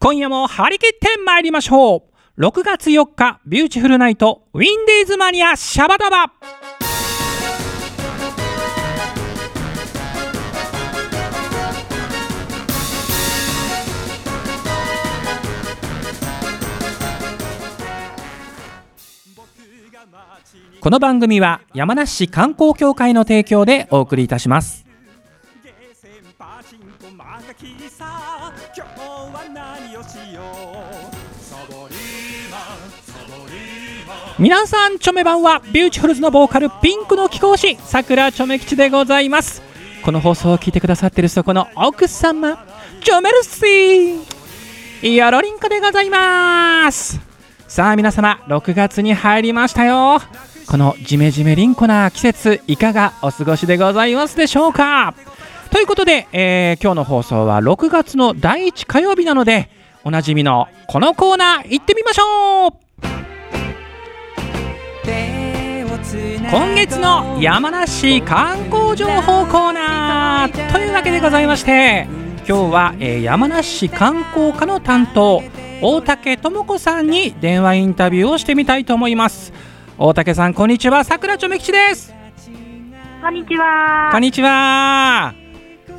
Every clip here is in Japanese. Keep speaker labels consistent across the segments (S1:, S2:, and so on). S1: 今夜も張り切って参りましょう6月4日ビューティフルナイトウィンディーズマニアシャバダバこの番組は山梨市観光協会の提供でお送りいたします
S2: ゲーセンパチンコマガキさ今日は何をしようサボリーマンサボリーマン
S1: 皆さんチョメ版はビューティフルズのボーカルピンクの貴公子さくらチョメ吉でございますこの放送を聞いてくださってるそこの奥様チョメルシーよろりんこでございますさあ皆様6月に入りましたよこのジメジメりんこな季節いかがお過ごしでございますでしょうかということで、えー今日の放送は6月の第1火曜日なのでおなじみのこのコーナー行ってみましょう今
S3: 今
S1: 月の山梨観光情報コーナーというわけでございまして今日は、えー山梨市観光課の担当大竹智子さんに電話インタビューをしてみたいと思います大竹さんこんにちはさくらちょめきちです
S4: こんにちは。
S1: こんにちは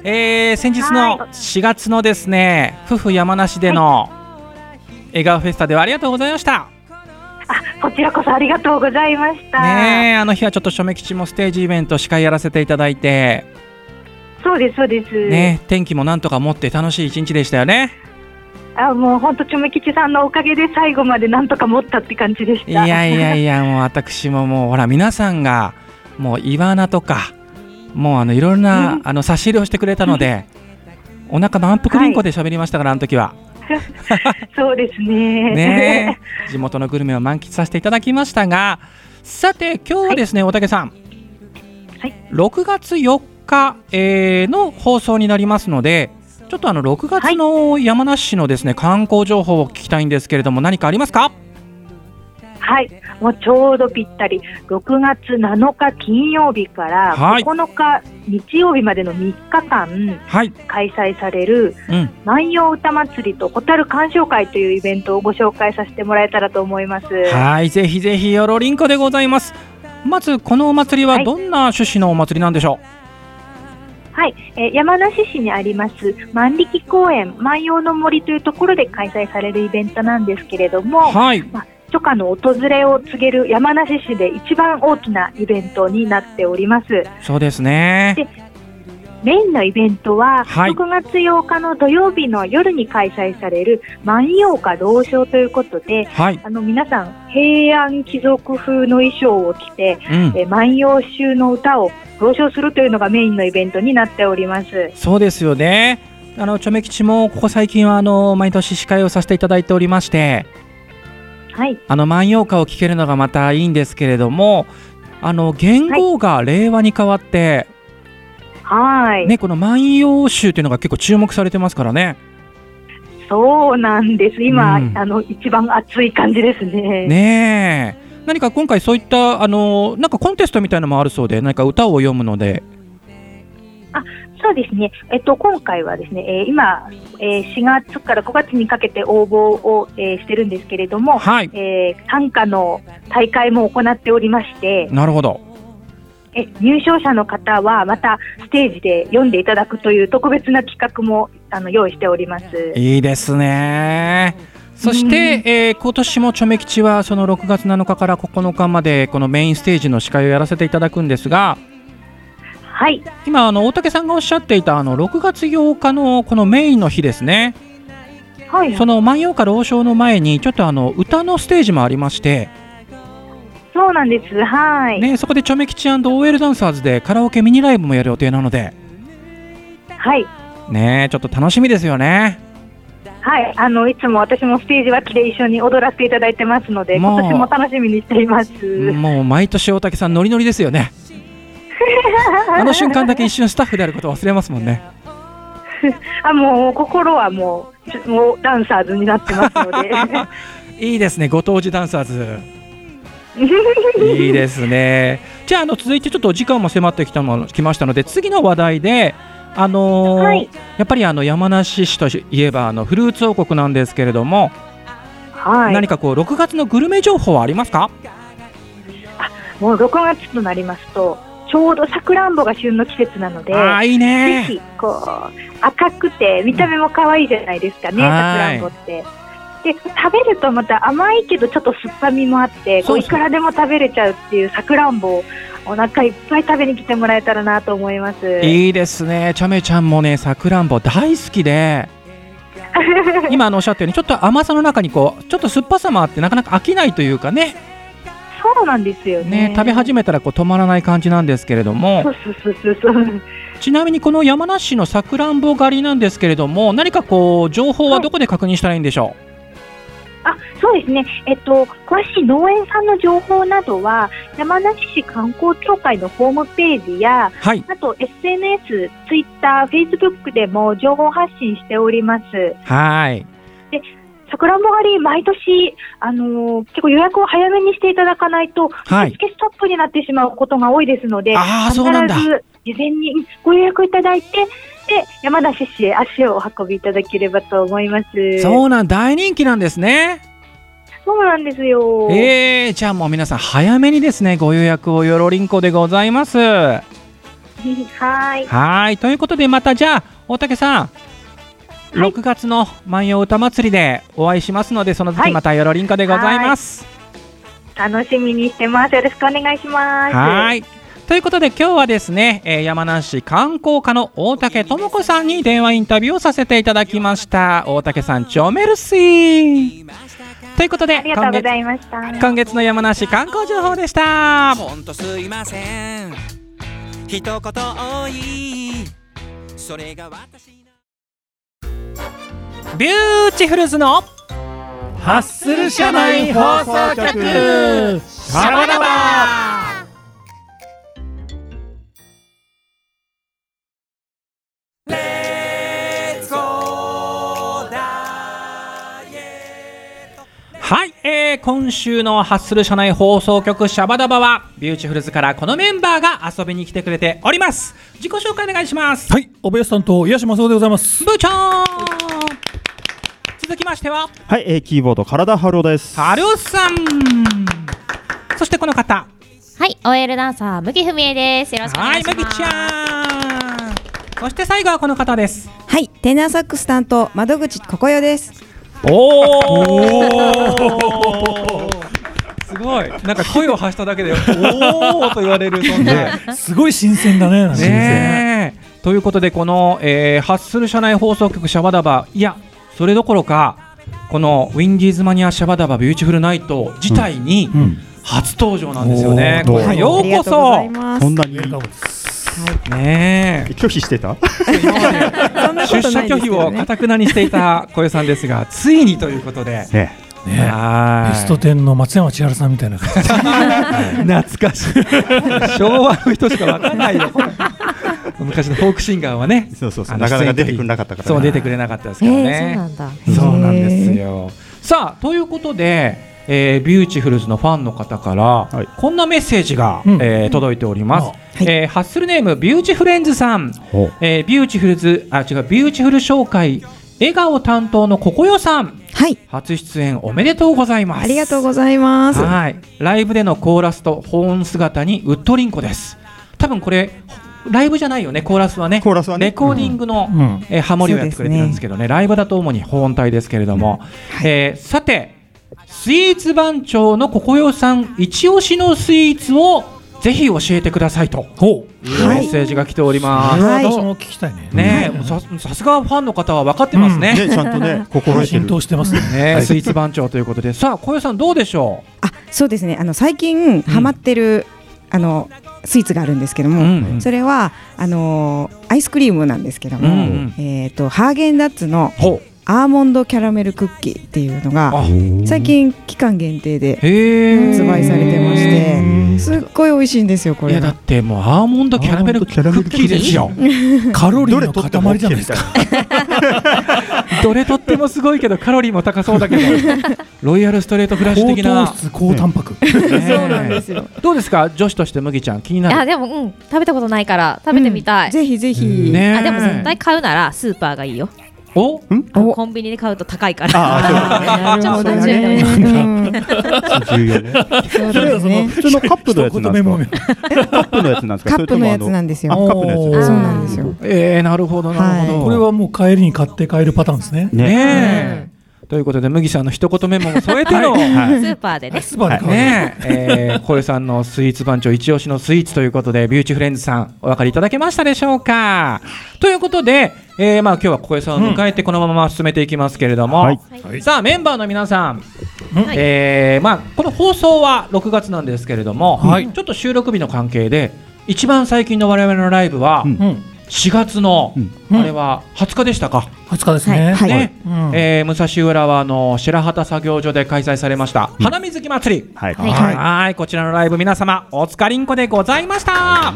S1: えー先日の
S4: はい
S1: 4月のですね夫婦山梨での笑顔フェスタではありがとうございました
S4: あ、こちらこそありがとうございました。
S1: ねえあの日はちょっとしょめきちもステージイベント司会やらせていただいて
S4: そうですそうです。
S1: ね、天気もなんとか持って楽しい一日でしたよね。
S4: あ、もう本当チョメ吉さんのおかげで最後までなんとか持ったって感じでし
S1: い
S4: た。
S1: やいやい や、もう私ももうほら皆さんがもうイワナとか、もうあのいろんなあの差し入れをしてくれたの で、お腹満腹りんこで喋りましたからあの時 は。
S4: そうですね。
S1: ねえ、地元のグルメを満喫させていただきましたが、さて今日はですね、大竹さん、
S4: はい
S1: 6月4日、えーの放送になりますので。ちょっとあの6月の山梨市のですね、観光情報を聞きたいんですけれども何かありますか
S4: はい、もうちょうどぴったり、6月7日金曜日から
S1: はい
S4: 9日日曜日までの3日間
S1: はい、
S4: 開催される
S1: うん、
S4: 万葉歌祭りと蛍鑑賞会というイベントをご紹介させてもらえたらと思います。
S1: はい、ぜひぜひよろりんこでございます。まずこのお祭りは
S4: はい
S1: どんな趣旨のお祭りなんでしょ
S4: はい、えー山梨市にあります万力公園万葉の森というところで開催されるイベントなんですけれど
S1: う。
S4: も
S1: はい、
S4: 初夏の訪れを告げる山梨市で一番大きなイベントになっております
S1: そうですね。
S4: でメインのイベントは
S1: はい
S4: 6月8日の土曜日の夜に開催される万葉歌同唱ということで
S1: はい、
S4: あの皆さん平安貴族風の衣装を着て
S1: うん、
S4: えー万葉集の歌を朗唱するというのがメインのイベントになっております。
S1: そうですよね。あのチョメ吉もここ最近はあの毎年司会をさせていただいておりまして、
S4: はい
S1: あの万葉歌を聞けるのがまたいいんですけれども、あの元号が令和に変わって、
S4: はい、
S1: ねこの万葉集というのが結構注目されてますからね。
S4: そうなんです。今、
S1: うん
S4: あの一番熱い感じですね。
S1: ねえ。何か今回そういったあのなんかコンテストみたいなのもあるそうで、何か歌を読むので、
S4: そうですね。えっと今回はですね、えー今、えー4月から5月にかけて応募を、えーしてるんですけれども、
S1: はい。
S4: えー、短歌の大会も行っておりまして、
S1: なるほど。
S4: え入賞者の方はまたステージで読んでいただくという特別な企画もあの用意しております。
S1: いいですね。そして、えー今年もチョメ吉はその6月7日から9日までこのメインステージの司会をやらせていただくんですが
S4: はい、
S1: 今あの大竹さんがおっしゃっていたあの6月8日のこのメインの日ですね
S4: はい、
S1: その万葉歌老唱の前にちょっとあの歌のステージもありまして、
S4: そうなんです。はい、
S1: ね、そこでチョメ吉 &OL ダンサーズでカラオケミニライブもやる予定なので、
S4: はい。
S1: ね、ちょっと楽しみですよね。
S4: はい、あのいつも私もステージ脇で一緒に踊らせていただいてますので、
S1: もう
S4: 今年も楽しみにしています。
S1: もう毎年大竹さんノリノリですよね。あの瞬間だけ一瞬スタッフであることを忘れますもんね。
S4: あ、もう心はもうちょもうダンサーズになってますので、
S1: いいですね、ご当地ダンサーズ。 いいですね。じゃあ、あの続いてちょっとお時間も迫ってきたものきましたので、次の話題で、あのー
S4: はい
S1: やっぱりあの山梨市といえばあのフルーツ王国なんですけれども、
S4: はい。
S1: 何かこう6月のグルメ情報はありますか
S4: もう6月となりますと、ちょうどさくらんぼが旬の季節なので、
S1: ああいい
S4: ぜ
S1: ね
S4: ひこう赤くて見た目も可愛いじゃないですかね、
S1: はい
S4: さくらんぼって。で食べるとまた甘いけどちょっと酸っぱみもあって
S1: そうそう
S4: こういくらでも食べれちゃうっていうさくらんぼをお腹いっぱい食べに来てもらえたらなと思います。
S1: いいですねチャメちゃんもねさくらんぼ大好き で今あのおっしゃったようにちょっと甘さの中にこうちょっと酸っぱさもあってなかなか飽きないというかね
S4: そうなんですよね。
S1: ね食べ始めたらこう止まらない感じなんですけれども
S4: そうそうそうそうそう。
S1: ちなみにこの山梨市のさくらんぼ狩りなんですけれども何かこう情報はどこで確認したらいいんでしょ
S4: あ、そうですね。えっと詳しい農園さんの情報などは山梨市観光協会のホームページや
S1: うはい
S4: あと SNS、ツイッター、フェイスブックでも情報発信しております。
S1: はい
S4: 桜も狩り、毎年、あのー結構予約を早めにしていただかないと、
S1: はい
S4: 受付ストップになってしまうことが多いですので、
S1: ああ
S4: 必
S1: そうなんだ
S4: ず事前にご予約いただいて、で山梨市へ足をお運びいただければと思います。
S1: そうなん大人気なんですね
S4: そうなんですよ。
S1: えー、じゃあもう皆さん早めにですねご予約をよろりんこでございますは
S4: はい。
S1: ーいということでまたじゃあ大竹さん6月の万葉歌祭りでお会いしますのでその
S4: は
S1: 時
S4: い
S1: またよろりんこでございます
S4: 楽しみにしてます。よろしくお願いします。
S1: はーいということで今日はですね、えー山梨市観光課の大竹智子さんに電話インタビューをさせていただきました大竹さんチョメルシーということで
S4: ありがと
S1: 今
S4: うござ
S1: 月
S4: いました。
S1: 今月の山梨観光情報でした
S2: ほんとすいません一言多いそれが私の
S1: ビューティフルズの
S3: ハッスル社内放送局シャバダバ
S1: はい、えー今週のハッスル社内放送局シャバダバはビューティフルズからこのメンバーが遊びに来てくれております自己紹介お願いします
S3: はい、おべやさんと癒しまさおでございます。
S1: 部長続きましては
S5: はい、えー、キーボード体ハローです。
S1: 春さんそしてこの方
S6: はい、OL ダンサー、麦文江です。よろしくお
S1: は
S6: 願
S1: い
S6: いします。
S1: 麦ちゃんそして最後はこの方です
S7: はい、テナーサックス担当窓口ここよです。
S1: おおすごいなんか声を発しただけでおおと言われるそんな
S3: すごい新鮮だね。
S1: ねえということでこの、えーハッスル社内放送局シャバダバいやそれどころかこのウィンディーズマニアシャバダバビューティフルナイト自体に
S3: うん
S1: 初登場なんですよね、
S5: おー
S1: これよ
S7: あ
S1: う
S7: り
S1: こ
S7: がとうござい
S1: そ
S7: ます。
S5: そんな
S3: 新
S5: に
S3: 鮮な。
S1: ねえ
S5: 拒否してた？
S1: 今まで
S7: そんなこ
S1: 出
S7: と
S1: 社
S7: ないで
S1: 拒否
S7: すけ
S1: を
S7: ど
S1: か
S7: ね。
S1: たくなにしていた小江さんですがついにということで、
S5: ね、
S3: ね
S1: は
S3: ベ
S1: い
S3: スト10の松山千春さんみたいな感じ。
S1: 懐かしい昭和の人しかわかんないよこれ昔のフォークシンガーはね
S5: そうそうそう
S1: あの
S5: なかなか出てくれなかったからね
S1: そう出てくれなかったです
S6: え
S1: けど
S6: ー、
S1: ね、
S6: そうなんだ。
S1: そうなんですよ。さあということで、えービューティフルズのファンの方から、
S5: はい
S1: こんなメッセージが、
S3: うん
S1: えー届いております、
S7: い
S1: えーハッスルネームビューティフレンズさん、
S5: ほう
S1: えービューティフルズあ違うビューティフル紹介笑顔担当のここよさん
S7: はい、
S1: 初出演おめでとうございます
S7: ありがとうございます。
S1: はいライブでのコーラスと保温姿にウッドリンコです多分これライブじゃないよねコーラスはね
S5: コーラスはね
S1: レコーディングの、
S3: うん。
S1: えーハモリをやってくれてるんですけどねライブだと主に保温体ですけれども、えーさてスイーツ番長のここよさん一押しのスイーツをぜひ教えてくださいと
S3: ほう。
S1: いうメッセージが来ておりま
S3: あ
S1: す。
S3: れ
S7: は
S3: はい私も聞きたいね。
S1: ねえもうささすがファンの方は分かってますね。
S5: ねちゃん とね心得て
S3: 浸
S5: る。
S3: 透してますね。
S1: ねえスイーツ番長ということでさあこよさんどうでしょ
S7: あ、そうですね。あの最近ハマってる、あのスイーツがあるんですけど
S1: う、
S7: も、
S1: ん
S7: それはあのーアイスクリームなんですけど
S1: う
S7: も、
S1: んうん
S7: えっ、とハーゲンダッツの
S1: ほ
S7: アーモンドキャラメルクッキーっていうのが
S1: あ
S7: 最近期間限定で
S1: へー
S7: 発売されてまし
S1: へ
S7: てすっごい美味しいんですよこ
S1: ーい
S7: れ
S1: やだ
S7: が
S1: ってもうアーモンドキャラメル
S5: アーモンド
S1: ク
S5: キャラメ
S1: ッ
S5: ル
S1: キーですよカロリーの塊じゃないですか
S5: か。
S1: どれとってもすごいけどカロリーも高そうだけどロイヤルストレートフラッシュ的な
S3: 高タンパク。
S1: そう
S7: そうなんですよ
S1: どうですか女子として麦ちゃん気になる
S6: あでもうん食べたことないから食べてみたい、
S7: うんぜひぜひ
S1: ねえ
S6: あでも絶対買うならスーパーがいいよ
S1: お
S7: お
S6: コンビニで買うと高いから
S7: な る
S6: ちょ
S7: ほ
S6: っ
S7: ど
S6: と
S7: ね
S6: ね
S5: 重要ね。
S7: うんそうですね
S5: 普通のカップのやつなんですか。カップのやつなんですか。
S7: カップのやつなん
S5: で
S7: です
S5: あ、カ
S7: よ
S5: ップのやつ。
S6: あ
S7: そうなんですよ
S1: えー、なるほどなるほど、
S7: はい
S3: これはもう帰りに買って帰るパターンですね。
S1: ね
S5: ね。
S1: え、ということで麦さんの一言メモも添えての、
S6: ス
S5: は
S6: ーパーでね
S3: スーパーで買う。
S1: ねえ、えー、小江さんのスイーツ番長一押しのスイーツということでビューチフレンズさんお分かりいただけましたでしょうかということで、えーまあ、今日は小江さんを迎えてこのまま進めていきますけれども、
S5: はい
S1: さあメンバーの皆さん、
S6: はい
S1: えーまあ、この放送は6月なんですけれども、
S3: はい
S1: ちょっと収録日の関係で一番最近の我々のライブは
S5: うん
S3: うん。
S1: 4月の、
S3: うん
S1: あれは20日でしたか、
S3: 20日ですね。
S7: はい
S1: ね
S3: うん
S1: えー武蔵浦和の白旗作業所で開催されました
S5: うん
S1: 花水木祭り。
S5: い。
S6: は
S5: はいい。
S1: はい、こちらのライブ皆様おつかりんこでございました。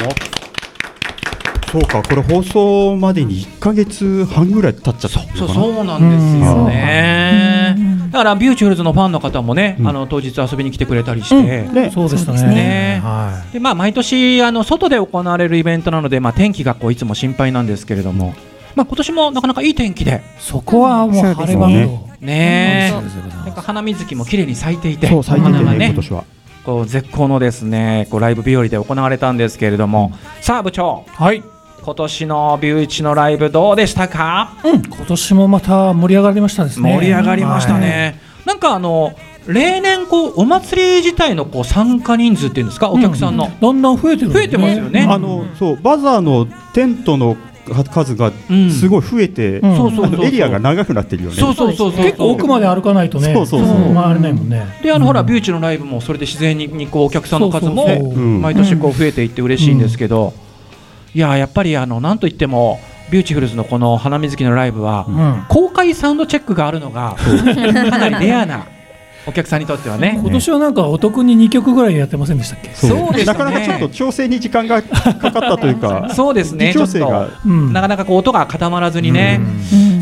S5: そうか、これ放送までに一ヶ月半ぐらい経っちゃったのかな。
S1: そうそうなんですよね。だからビューチュールズのファンの方もね、
S5: うん
S1: あの当日遊びに来てくれたりして。
S5: ね。
S3: そうでし
S1: そ
S3: た
S1: うです
S3: ね
S1: ね。
S3: は
S1: でまあ、毎年あの外で行われるイベントなので、まあ、天気がこういつも心配なんですけれども、まあ、今年もなかなかいい天気で、
S3: い。そこはもう晴れバンド。
S1: ね
S6: そう
S1: えなんか花水木も綺麗に咲いていて、
S5: そう、最近
S1: お
S5: で
S1: 花が
S5: ね、今
S1: ね
S5: 年は。
S1: こう絶好のですねこうライブ日和で行われたんですけれども、さあ部長、
S3: はい。
S1: 今年のビューイチのライブどうでしたか、
S3: 今年もまた盛り上がりましたですね。
S1: 盛り上がりましたね、なんかあの例年こうお祭り自体のこう参加人数っていうんですか
S3: は
S1: お
S3: い。
S1: 客さんの、
S3: うどんどん増えてるんで
S1: 増えてますよね
S3: うん
S5: あの、そう、バザーのテントの数が
S1: うん
S5: すごい増えて、
S3: うん
S1: そうそうそ
S5: あ
S1: うそ
S5: の
S1: う
S5: エリアが長くなってるよね。
S1: そうそうそうそう
S3: 結構奥まで歩かないとね。
S5: そうそうそう
S3: 回れないもんね。
S1: であの、ほらビューイチのライブもそれで自然にこうお客さんの数も
S3: そうそうそう
S5: うん
S1: 毎年こう増えていって嬉しいんですけど、いややっぱりあのなんといってもビューチフルズのこの花水木のライブは、
S3: うん。
S1: 公開サウンドチェックがあるのがかなりレアなお客さんにとってはね
S3: 今年はなんかお得に2曲ぐらいやってませんでしたっけ
S1: そうでした
S5: な
S1: ね、
S5: かなかちょっと調整に時間がかかったというか
S1: そうですね
S5: 微
S1: ちょ
S5: 調
S1: っ
S5: 整
S1: と
S5: が。
S3: うん
S1: なかなかこう音が固まらずにね、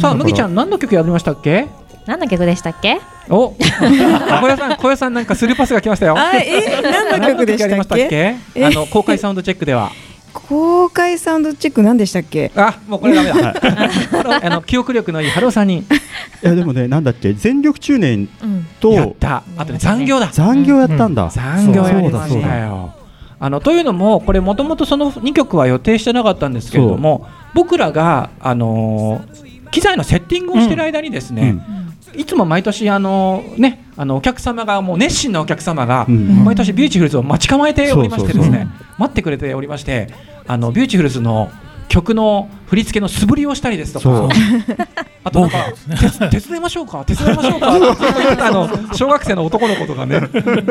S1: さあ
S5: うん
S1: 麦ちゃん何の曲やりましたっけ
S6: 何の曲でしたっけ
S1: お小屋さん小屋さんなんかスルーパスが来ましたよ
S7: あえ何の曲でした
S1: 何の曲や
S7: っけ
S1: りましたっけ
S7: え
S1: あの公開サウンドチェックでは
S7: 公開サウンドチェック何でしたっけ
S1: あもうこれダメだハローあの記憶力のいいハローさんに
S5: いやでもね、なんだっけ、全力中年
S6: うん
S1: やっ
S5: と
S1: たあとね残業だ
S5: 残業やったんだ。
S1: 残業やりま
S5: そ
S1: し
S5: うだそう
S1: た
S5: だ
S1: よ。あのというのもこれもともとその2曲は予定してなかったんですけれども僕らが、あのー機材のセッティングをしてる間にですね、いつも毎年、あのーね、あのお客様がもう熱心なお客様が、
S5: うん
S3: ん
S1: 毎年ビューチフルズを待ち構えておりましてですね
S5: そうそう
S1: 待ってくれておりましてあのビューチフルズの曲の振り付けの素振りをしたりですと
S5: そう
S1: か。あとなんか手手伝いましょうか手伝いましょうかあの小学生の男の子とかね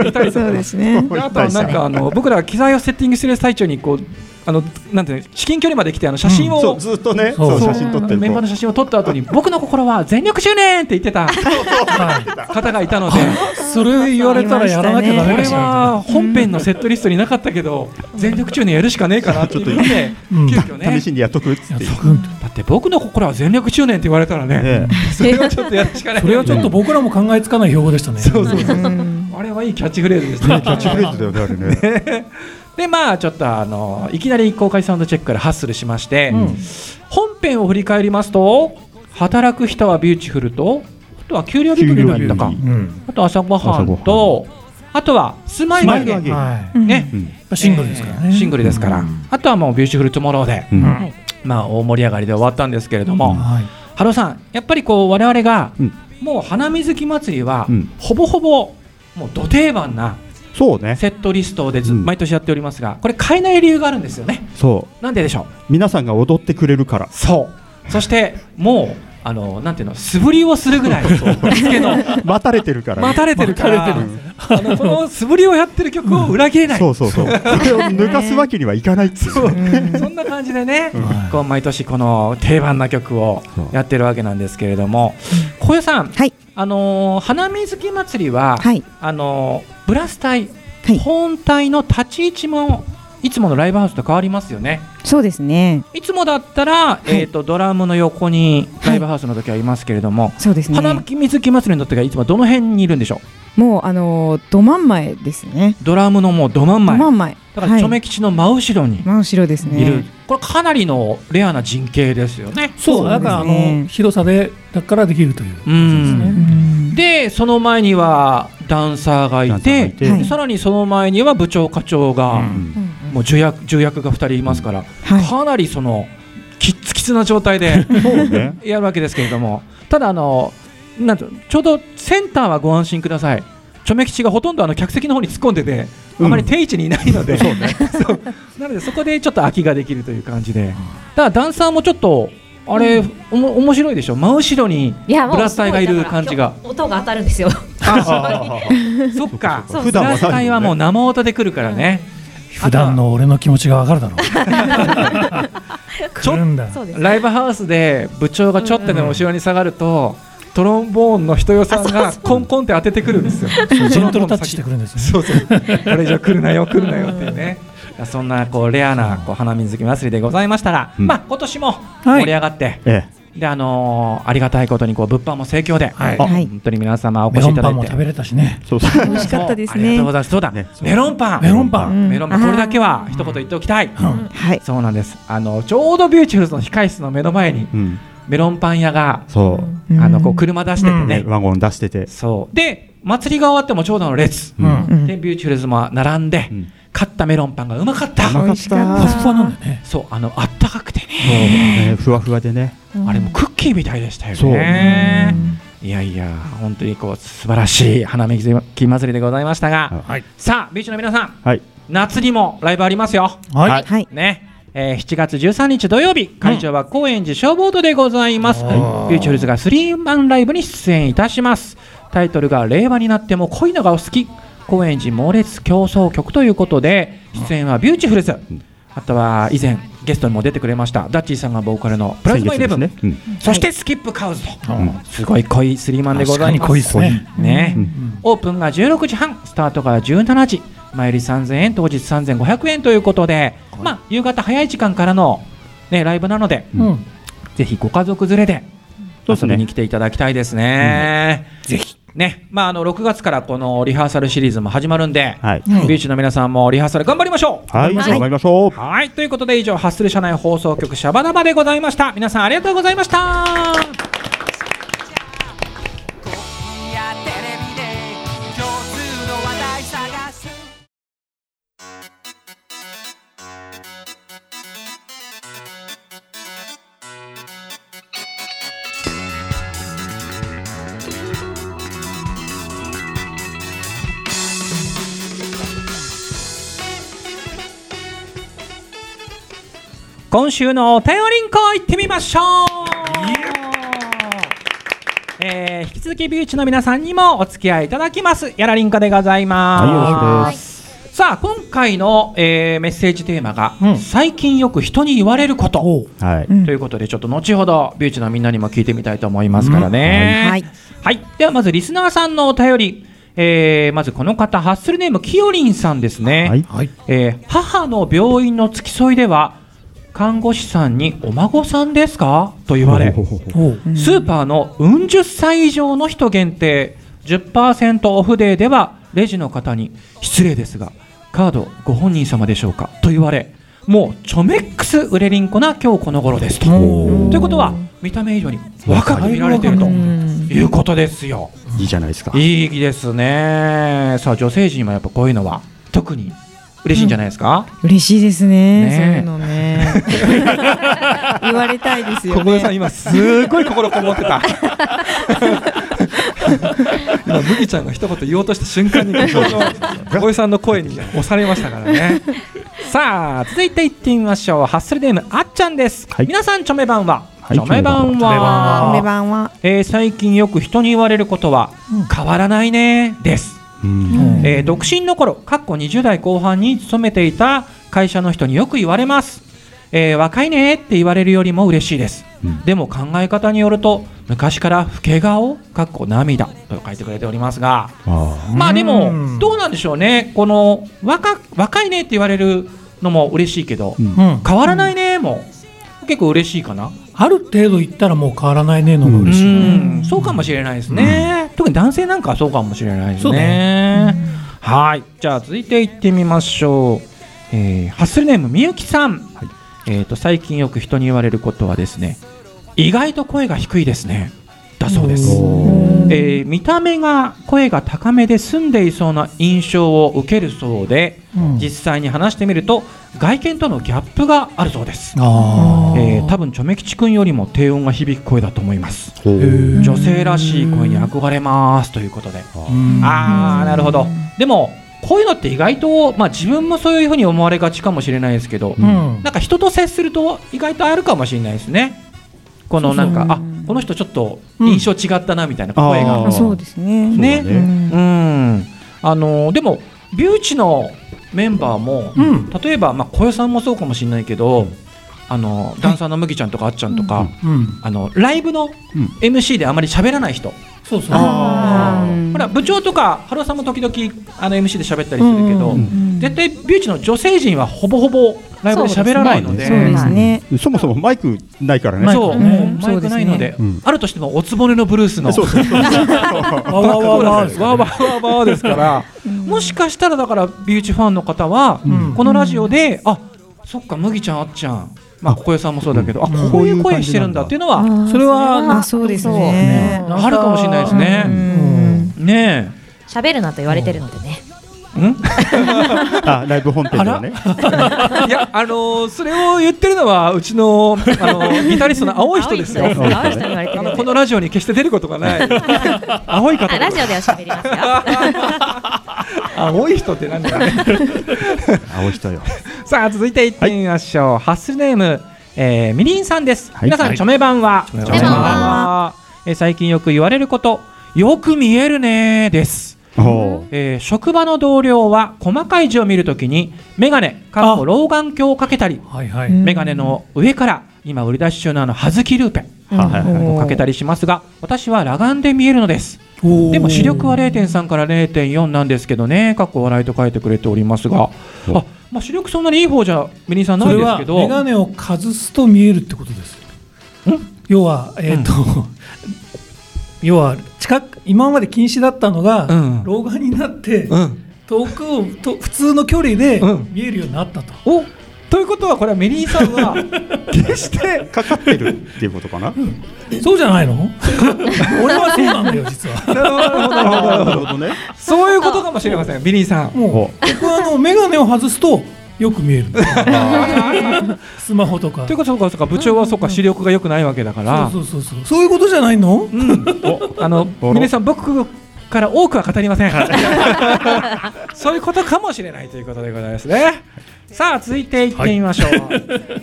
S1: いたりと
S7: そう
S1: か
S7: ですね
S1: であとはなんかあの僕らが機材をセッティングする最中にこうあのなんていうの至近距離まで来てあの写真を、
S5: そうずっとね、
S3: そ
S5: そうう
S1: そう
S5: 写真撮ってる
S1: メンバーの
S5: と。
S1: 写真を撮った 後に僕の心は全力中年って言ってた
S3: はい
S1: 方がいたので
S3: それ言われたらやらなきゃダ
S1: こ
S3: メで
S1: れ
S3: す
S1: は本編のセットリストになかったけど全力中年やるしかねえかなっていうので
S3: うん
S1: 急遽ね
S5: 試しにやっとくっつって。
S1: だって僕の心は全力中年って言われたらね
S5: ね
S1: それはちょっとやるしかない
S3: それはちょっと僕らも考えつかない標語でしたね。
S1: そうそうそう
S7: うん
S1: あれはいいキャッチフレーズですね
S5: キャッチフレーズだよねあれね。
S1: でまあちょっとあのいきなり公開サウンドチェックからハッスルしまして、本編を振り返りますと働く人はビューティフルとあとは給料日組だったか
S5: 給料日
S3: うん。
S1: あと朝ごはんとあとはスマイル
S5: スマイル
S1: ゲ
S5: ゲ
S3: は
S1: ね、
S3: い。シングルですから
S1: え
S3: ね。
S1: ーシングルですから、あとはもうビューティフルトゥモローで、
S5: うん
S6: はい
S1: まあ大盛り上がりで終わったんですけれども、
S3: はい。
S1: ハロさんやっぱりこう我々が、
S5: うん
S1: もう花水木祭りは、
S5: うん
S1: ほぼほぼもうど定番な
S5: そうね。
S1: セットリストでず
S5: うん
S1: 毎年やっておりますがこれ変えない理由があるんですよね
S5: そう
S1: なんででしょう
S5: 皆さんが踊ってくれるから。
S1: そうそしてもうあのなんていうの素振りをするぐら い受付の
S5: 待たれてるからね。
S1: 待たれてるから
S5: 待たれてる
S1: あのこの素振りをやってる曲を裏切れない、
S5: そうそうそう。これを抜かすわけにはいかないっつう。
S1: そんな感じでね、
S5: ん
S1: こう毎年この定番な曲をやってるわけなんですけれども、小屋さん、
S7: はい
S1: あのー花水木祭りは、
S7: はい
S1: あのーブラス隊、
S7: はい
S1: 本隊の立ち位置もいつものライブハウスと変わりますよね。
S7: そうですね
S1: いつもだったら、えっ、とドラムの横にライブハウスの時はいますけれども、
S7: そうですね
S1: 花水木祭りの時はいつもどの辺にいるんでしょ
S7: もうあのーど真ん前ですね
S1: う。ドラムのもうど真ん
S7: ど
S1: 前。
S7: 真ん前
S1: だからチョメ吉の真後ろに
S7: 真後ろですね
S1: いる、これかなりのレアな陣形ですよね。
S3: そう、だから、あ
S7: そうです
S3: の、
S7: ね
S3: 広さで、だからできるという。
S1: うん
S7: うん
S1: でその前にはダンサーがいて
S5: ダンサーがいて
S1: でさらにその前には部長課長が、
S5: うん
S1: もう重役重役が2人いますから、
S7: はい
S1: かなりそのキッツキツな状態で
S5: そうね。
S1: やるわけですけれどもただあのなんとちょうどセンターはご安心ください。チョメ吉がほとんどあの客席の方に突っ込んでて、
S5: うん
S1: あまり定位置にいないので、 そうなのでそこでちょっと空きができるという感じで、ただダンサーもちょっとあれ、おも面白いでしょ、真後ろに
S6: いやもう
S1: ブラス隊がいる感じが
S6: すごいだから今日音が当たるんですよ。
S1: そっか、
S6: そうそうそう
S1: 普段は大はもう生音で来るからね。
S3: 普段の俺の気持ちがわかるだろう。
S1: ちょ
S3: 来るんだ。
S6: そうです。
S1: ライブハウスで部長がちょっとでも後ろに下がると、トロンボーンの人よさんがコンコンって当ててくるんですよ。
S3: そうジェントルタッチしてくるんですよね。
S1: そうそう。これ以上来るなよ来るなよっていうね。そんなこうレアなこう花水木祭りでございましたら、
S5: うん
S1: まあ今年も盛り上がって、
S5: え
S1: であのーありがたいことにこう物販も盛況で、
S3: はい
S5: あ
S7: はい
S1: 本当に皆様お
S3: メ
S1: 越し
S3: ロ
S1: い
S3: ン
S1: ただ
S3: パ
S1: い
S3: ンも
S1: て
S3: 食べれたしね。
S5: そうそう。
S7: 美味しかったです
S1: ありが
S7: ね
S1: とうございます。そうだ、
S5: ねそう
S1: メロンパン。
S3: メロンパ
S7: う
S3: ン。
S7: ん
S1: メロンパンこれだけは一言言っておきたい。
S3: うん
S7: はい
S1: そうなんです。あのちょうどビューチュルズの控室の目の前に
S5: うん。
S1: メロンパン屋が、
S5: そ
S1: あのこう
S7: うん
S1: 車出してて
S3: うん
S5: う。
S1: ね。
S5: ね、ワゴン出してて。
S1: そうで祭りが終わっても長蛇の列。
S5: う
S3: うんん。
S7: うん
S1: でビューチュルズも並んで、
S5: うん
S1: 買ったメロンパンがうまかった。
S5: うまかった。
S3: パスパなんだよね。
S1: そうあのあったかくてね。
S5: そうねふわふわでね。
S1: あれもクッキーみたいでしたよ
S5: そう
S1: ね。いやいや本当にこう素晴らしい花見木祭りでございましたが、
S5: はい
S1: さあビューチュルの皆さん
S5: はい。
S1: 夏にもライブありますよ。
S3: はい。
S7: はい
S1: ね、えー7月13日土曜日会場は高円寺消防団でございます、
S3: はい
S1: ビューチュルズがスリーマンライブに出演いたしますタイトルが「令和になっても恋のがお好き」高円寺猛烈競争曲ということで出演はビューチフルズ、あとは以前ゲストにも出てくれましたダッチーさんがボーカルのプラズマイレブン、
S5: 先月ですね。
S1: そしてスキップカウズと、
S3: うん
S1: すごい濃いスリーマンでご
S3: 確
S1: ざ
S3: か
S1: い
S3: に
S1: ま
S3: 濃いですすね。
S1: ね、
S3: うん
S1: オープンが16時半スタートが17時前売り3000円当日3500円ということで、まあ、夕方早い時間からの、ね、ライブなので
S3: うん。
S1: ぜひご家族連れで
S5: そうです
S1: 遊
S5: ね
S1: びに来ていただきたいですね。ぜひねまあ、あの6月からこのリハーサルシリーズも始まるんで、
S5: はい。
S1: ビーチの皆さんもリハーサル頑張りましょう
S5: はい。頑張りましょう。
S1: はいということで以上ハッスル社内放送局シャバダバでございました皆さんありがとうございました
S2: テレビで共通の話題探す
S1: 今週のお便りんこ行ってみましょうえー引き続きビューチの皆さんにもお付き合いいただきますやらりんこでございま
S5: は
S1: す、さあ今回の、えーメッセージテーマが、
S3: うん
S1: 最近よく人に言われること
S3: おう
S5: はい。
S7: うん
S1: ということでちょっと後ほどビューチのみんなにも聞いてみたいと思いますからね、
S7: うん
S1: は
S7: はいい、
S1: ではまずリスナーさんのお便り、えーまずこの方ハッスルネームきよりんさんですね、
S5: はい。
S3: はい。
S1: えー母の病院の付き添いでは看護師さんに「お孫さんですか?」と言われ
S5: ほほほ
S3: おう
S1: スーパーのうん十歳以上の人限定10%オフデーではレジの方に「失礼ですがカードご本人様でしょうか?」と言われもうチョメックス売れりんこな今日この頃ですと。
S3: おう
S1: ということは見た目以上に若く見られているということですよ。
S5: いいじゃないですか。
S1: いいですね。さあ女性陣はやっぱこういうのは特に嬉しいんじゃないですか、
S7: 嬉しいですね
S1: ねえ
S7: そういうのね言われたいですよね
S1: 小室さん今すごい心こもってた 今麦ちゃんが一言言おうとした瞬間に心の 小室さんの声に押されましたから ねさあ続いていってみましょうハッスルネームあっちゃんです、
S5: はい
S1: 皆さんチョメ版は、
S5: い
S1: チョメ版
S3: チョメ版
S1: は、
S7: 梅版は
S1: えー最近よく人に言われることは、変わらないねです、
S5: うん
S1: えー独身の頃かっこ20代後半に勤めていた会社の人によく言われます、えー若いねって言われるよりも嬉しいです、
S5: うん
S1: でも考え方によると昔から老け顔かっこ涙と書いてくれておりますが
S5: あ
S1: まあで
S3: う
S1: も
S3: ん
S1: どうなんでしょうねこの若若いねって言われるのも嬉しいけど、
S5: うん
S3: うん、
S1: 変わらないねも結構嬉しいかな
S3: ある程度言ったらもう変わらないねのが嬉しい、
S1: うんそうかもしれないですね、特に男性なんかはそうかもしれないです
S3: そう
S1: ねはいじゃあ続いていってみましょう、えーハッスルネームみゆきさん、えー、と最近よく人に言われることはですね意外と声が低いですねだそうです、
S5: お
S1: えー見た目が声が高めで住んでいそうな印象を受けるそうで、
S3: うん
S1: 実際に話してみると外見とのギャップがあるそうです、
S3: あ
S1: えー多分チョメ吉君よりも低音が響く声だと思います
S5: ほう
S1: 女性らしい声に憧れますということで、ああなるほどでもこういうのって意外と、まあ、自分もそういうふうに思われがちかもしれないですけど、
S3: ーうん
S1: なんか人と接すると意外とあるかもしれないですねこのなんかあこの人ちょっと印象違ったなみたいな
S5: うん
S1: 声
S5: あ
S1: が
S5: ー
S7: あそうですね
S1: ね
S5: そう
S7: う
S5: だ
S7: ん
S1: うんあのーでもビューチのメンバーも、
S3: うん
S1: 例えば、まあ、小代さんもそうかもしれないけど、あのダンサーの麦ちゃんとかあっちゃんとか、
S3: うん
S1: あのライブの
S5: うん
S1: MC であまり喋らない人、
S3: そうそう
S5: あー
S1: ほら部長とかハロさんも時々あの MC で喋ったりするけど、
S3: うんうん
S1: 絶対ビューチの女性陣はほぼほぼライブで喋らないので
S7: そうですね
S5: そもそもマイクないからね。
S1: そう
S7: ないからね
S1: もうマイクないので
S5: うん
S1: あるとしてもおつぼねのブルースの
S5: そうそうそう
S3: わわわわわ
S1: わーわーわーわーですからもしかしたらだからビューチファンの方は、
S3: ん
S1: このラジオで、あそっか麦ちゃんあっちゃんまあここよさんもそうだけど、
S5: うん
S1: あこういう声してるんだっていうのは、
S3: それは
S7: あそうですね
S1: あるかもしれないですね
S7: う
S1: うん
S7: ん
S1: ね
S6: 喋るなと言われてるのでね。
S1: えん
S5: あライブ本店だね。
S1: いや、あのーそれを言ってるのは、うちの、あのーギタリストの青い人ですよ。
S6: 青い人青い人に言われて
S1: あ
S6: る
S1: の、このラジオに決して出ることが ない。青い方で
S6: あラ
S1: す
S6: ジ。オでは喋りますよ。
S1: 青い人ってなんだろうね。
S5: 青い人よ。
S1: さあ、続いていってみましょう。ハッスルネーム、えー、みりんさんです。
S5: はい
S1: 皆さん、著名版は。著
S6: 版は
S1: えー最近よく言われること、よく見えるねーです。
S5: お
S1: えー職場の同僚は細かい字を見るときに眼鏡かっこ老眼鏡をかけたり
S3: はいはい、
S7: うん
S1: 眼鏡の上から今売り出し中のあの葉月ルーペ
S5: ーはいはい
S1: をかけたりしますが私は裸眼で見えるのです
S3: おー
S1: でも視力は0.3から0.4なんですけどねかっこ笑いと書いてくれておりますが
S5: お
S1: あ、まあ、視力そんなにいい方じゃミニさん
S3: そ
S1: ない
S3: れ
S1: です
S3: は
S1: け
S3: 眼
S1: ど
S3: 鏡をかずすと見えるってことです要はえっ、と、 要は近く今まで近視だったのが、
S1: うん
S3: 老眼になって、
S1: うん
S3: 遠くをと普通の距離で
S1: うん
S3: 見えるようになったと、
S1: おということはこれはミニさん は決して
S5: かかってるっていうことかな。
S3: そうじゃないの 俺はそうなんだよ実は
S5: なるほどね。
S1: そういうことかもしれませんミニさん。
S3: もう僕はあの眼鏡を外すとよく 見えるスマホとか
S1: ということはそうかそうか部長はそうか視力が良くないわけだから
S3: そうそうそうそうそういうことじゃないの
S1: うん、あの
S5: お
S1: 皆さん僕から多くは語りません そういうことかもしれないということでございますねさあ続いていってみましょう、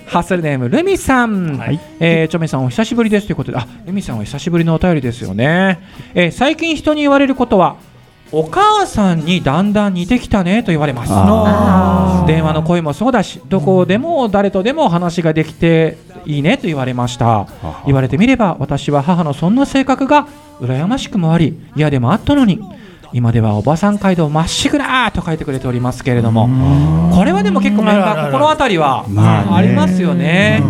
S1: ハッスルネームルミさん、
S5: はい
S1: えー、チョメさんお久しぶりですということであルミさんお久しぶりのお便りですよね、えー最近人に言われることはお母さんにだんだん似てきたねと言われます
S3: あー
S1: 電話の声もそうだしどこでも誰とでも話ができていいねと言われました
S5: は
S1: 言われてみれば私は母のそんな性格が羨ましくもあり嫌でもあったのに今ではおばさん街道まっしぐらーと書いてくれておりますけれどもこれはでも結構メン
S3: あらら
S1: バー
S3: ら
S1: 心当たりは
S5: まあね
S1: ありますよね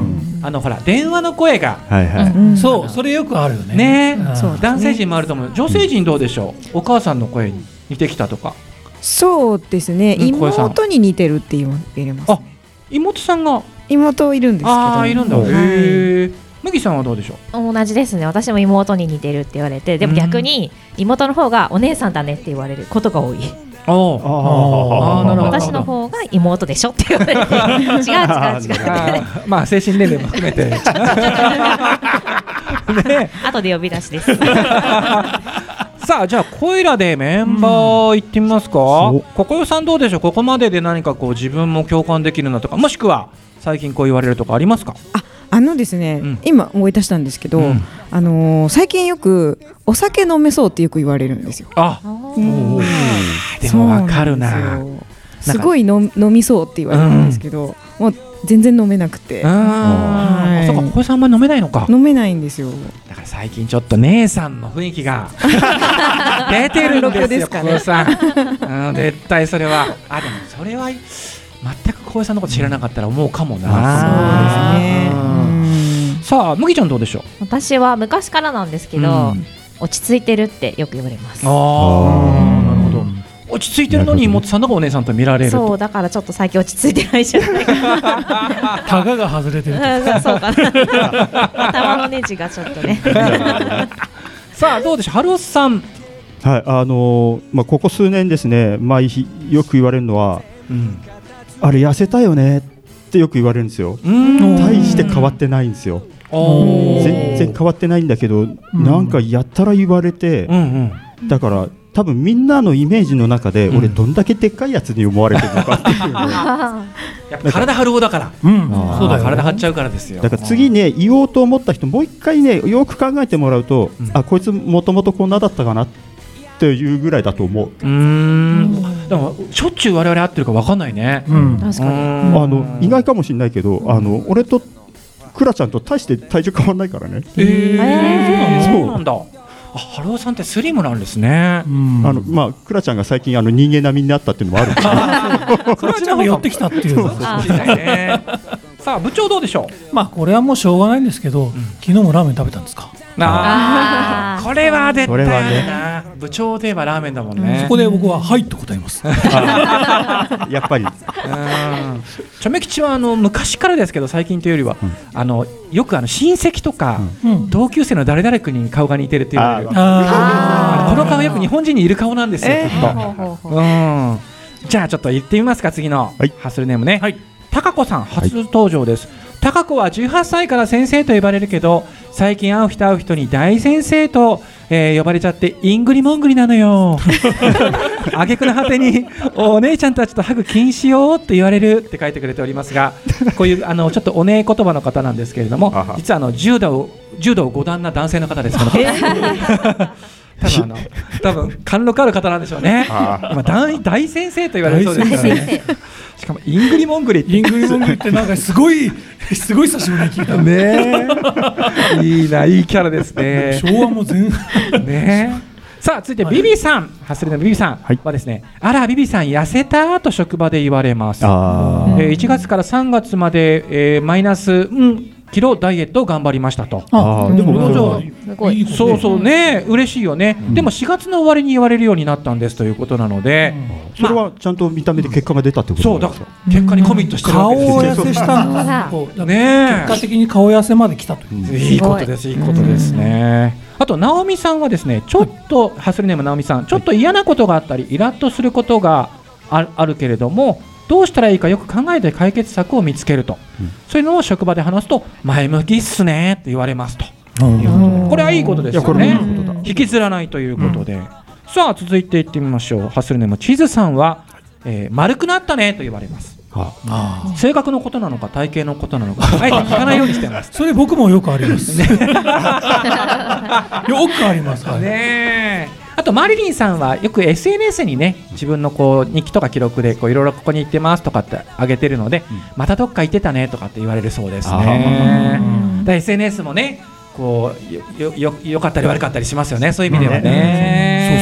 S1: あのほら電話の声が
S5: はいはい。
S3: そうそれよくあるよね
S1: ね
S3: うん
S7: そう
S1: 男性陣もあると思う女性陣どうでしょうお母さんの声に似てきたとか
S7: そうですね
S1: うん小江さん
S7: 妹に似てるって言われます
S1: あ妹さんが
S7: 妹いるんですけど
S1: ああーいるんだ
S7: はい
S1: へえ麦さんはどうでしょう
S6: 同じですね。私も妹に似てるって言われて、でも逆に妹の方がお姉さんだねって言われることが多い。
S1: ああ
S5: あ
S1: あーなるほど
S6: 私の方が妹でしょって言われて、 違う違う違う。
S1: あー まあ精神年齢も含めてね
S6: 後で呼び出しです。
S1: さあじゃあこいらでメンバー行ってみますか、
S5: そう
S1: ここよさんどうでしょうここまでで何かこう自分も共感できるなとかもしくは最近こう言われるとかありますか
S7: あのですね、
S1: うん
S7: 今思い出したんですけど、
S1: うん
S7: あのー最近よくお酒飲めそうってよく言われるんですよ。
S1: あ
S7: うん
S1: でもわかるな
S7: そう
S1: うん
S7: んですよすごい飲飲みそうって言われるんですけど、もう全然飲めなくて
S1: あ
S7: はい
S1: そうかお子さんも飲めないのか
S7: 飲めないんですよ。
S1: だから最近ちょっと姉さんの雰囲気 が出てるんですよ、
S7: 貫禄ですかね
S1: 小林さん、うん、絶対それはあでもそれは全く小林さんのこと知らなかったら思うかもな
S7: そうですね。うん
S1: さあ麦ちゃんどうでしょう
S6: 私は昔からなんですけど、
S1: うん
S6: 落ち着いてるってよく言われます
S1: あ
S5: あ
S1: あなるほど落ち着いてるのに妹さんだかお姉さんと見られる
S6: そ
S1: と
S6: うだからちょっと最近落ち着いてないじゃないか
S3: タガが外れてると
S6: うん そうかな 頭のネジがちょっとね
S1: さあどうでしょう春雄さん、
S5: はいあのーまあ、ここ数年ですね、まあ、ひよく言われるのは
S1: うん、
S5: あれ痩せたよねってよく言われるんですよ
S1: うん
S5: 大して変わってないんですよ
S1: おー
S5: 全然変わってないんだけど、なんかやったら言われて、
S1: うんうん
S5: だから多分みんなのイメージの中で、
S1: うん
S5: 俺どんだけでっかいやつに思われてるの かっていうのをだ
S1: やっぱ体張る方だから
S3: うん
S5: あー
S3: そうだよ
S1: 体張っちゃうからですよ
S5: から次ね言おうと思った人もう一回ねよく考えてもらうと、
S1: うん
S5: あこいつもともとこんなだったかなっていうぐらいだと思う、
S1: うーんでもしょっちゅう我々会ってるかわかんないね
S3: うん
S6: 確か
S1: あ
S6: に
S5: あの意外かもしれないけどあの俺とクラちゃんと大して体重変わらないからね、
S1: えー、
S6: えー
S1: そうなんだあ春雄さんってスリムなんですね
S3: うん
S5: あのまあ、クラちゃんが最近あの人間並みになったっていうのもあるけど
S3: こっちの方が寄ってきたっていう
S5: そうそう
S6: あ
S1: 知りたいねさあ部長どうでしょ
S3: まあこれはもうしょうがないんですけど、昨日もラーメン食べたんですか、
S1: うあ
S6: あ
S1: ーこれは絶
S5: これ
S1: 対
S5: は
S1: ある
S5: ね
S1: な、部長といえばラーメンだもんね
S3: そこで僕は「はい」と答えま す
S5: やっぱり
S1: うんチョメ吉はあの昔からですけど最近というよりは、あのよくあの親戚とか、
S3: うん
S1: 同級生の誰々君に顔が似てるっていう
S5: あー
S3: あ
S1: この顔よく日本人にいる顔なんですよ、
S7: えー
S1: ずっと
S6: ほうほうほう
S1: うん。じゃあちょっと行ってみますか次の
S5: はい
S1: ハッスルネームね。はい。タカ子さん初登場です。タカ子は18歳から先生と呼ばれるけど最近会う人会う人に大先生と、えー呼ばれちゃってイングリモングリなのよ 挙句の果てにお姉ちゃんたちとハグ禁止よって言われるって書いてくれておりますがこういうあのちょっとおねえ言葉の方なんですけれども
S5: あは
S1: 実はあの柔道柔道五段な男性の方ですこの方多分あの多分貫禄ある方なんでしょうね。
S5: あー
S1: まあ、大大先生と言われそうですからね。しかもイングリモングリって
S3: イングリモングってなんかすごいすごい久しぶりに聞いた、
S1: ねえいいな、いいキャラですね。
S3: 昭和も全
S1: ねえさあ続いてビビさん、ハッスルのビビさん
S5: はい
S1: はですね、あらビビさん痩せたと職場で言われます。
S5: あー
S1: えー1月から3月まで、えーマイナス、うん、キロダイエットを頑張りましたと。
S5: あーでも
S3: うん
S5: じゃあ
S6: すごい
S3: ことね
S1: そうそうね、嬉しいよね、でも4月の終わりに言われるようになったんですということなので、
S5: それはちゃんと見た目で結果が出たってこと
S1: そう、だから結果にコミットしてるわ
S3: 顔
S1: けですよ
S3: を痩せした
S6: そ
S3: ん
S6: うだ
S3: だこうだから
S1: ね
S3: 結果的に顔痩せまで来たという、
S1: えいいことですいいことですねあと直美さんはですねちょっと、ハスルネーム直美さんちょっと嫌なことがあったりイラッとすることがああるけれどもどうしたらいいかよく考えて解決策を見つけると、
S5: うん
S1: そういうのを職場で話すと前向きっすねって言われますと
S6: うん
S1: これはいいことです
S5: いやこ
S1: よ
S5: れもいい
S1: ね
S5: ことだ
S1: 引きずらないということで、さあ続いていってみましょうハスルネームチーズさんは、えー丸くなったねと言われます
S5: あ
S1: 性格のことなのか体型のことなの かあえて聞かないようにしてます
S3: それ僕も よくあります、よくあります、はい
S1: ねえあとマリリンさんはよく SNS にね自分のこう日記とか記録でこういろいろここに行ってますとかって上げてるので、またどっか行ってたねとかって言われるそうです
S5: あ
S1: ね。だから SNS もねこうよよよよかったり悪かったりしますよねそういう意味ではね。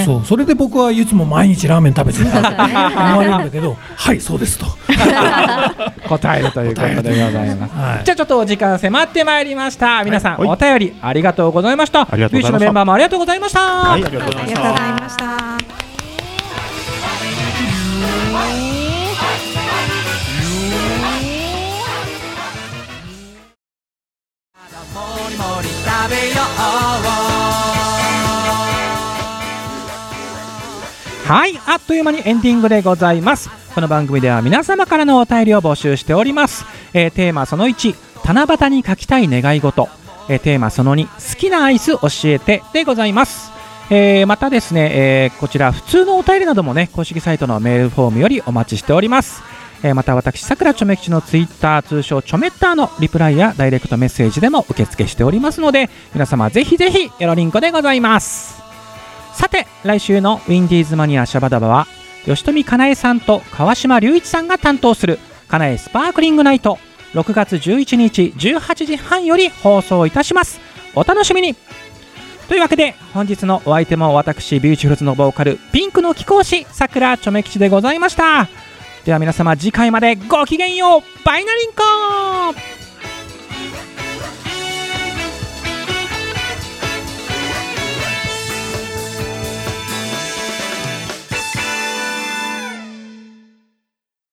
S3: そうそうそれで僕はいつも毎日ラーメン食べてるって思われるんだけどはいそうですと
S1: 答えるということでございます。
S3: はい
S1: じゃあちょっとお時間迫ってまいりました。皆さん、
S5: はい
S1: お便りありがとうございました。
S5: ありがとうござい
S1: ビー
S5: ました
S1: チのメンバーもありがとうございました。
S5: はいありがとうござい
S7: あ
S5: ま
S7: り
S5: し
S7: が
S5: た
S7: とうございました。
S2: もりもり食べよう
S1: はい、あっという間にエンディングでございます。この番組では皆様からのお便りを募集しております。えーテーマその1、七夕に書きたい願い事。えーテーマその2、好きなアイス教えてでございます。えーまたですね、えーこちら普通のお便りなどもね、公式サイトのメールフォームよりお待ちしております。えーまた私さくらちょめ吉のツイッター通称ちょめッターのリプライやダイレクトメッセージでも受付しておりますので皆様ぜひぜひよろりんこでございますさて来週のウィンディーズマニアシャバダバは吉富かなえさんと川島隆一さんが担当するかなえスパークリングナイト6月11日18時半より放送いたしますお楽しみにというわけで本日のお相手も私ビューティフルズのボーカルピンクの貴公子さくらちょめ吉でございましたでは皆様次回までごきげんようバイナリンコ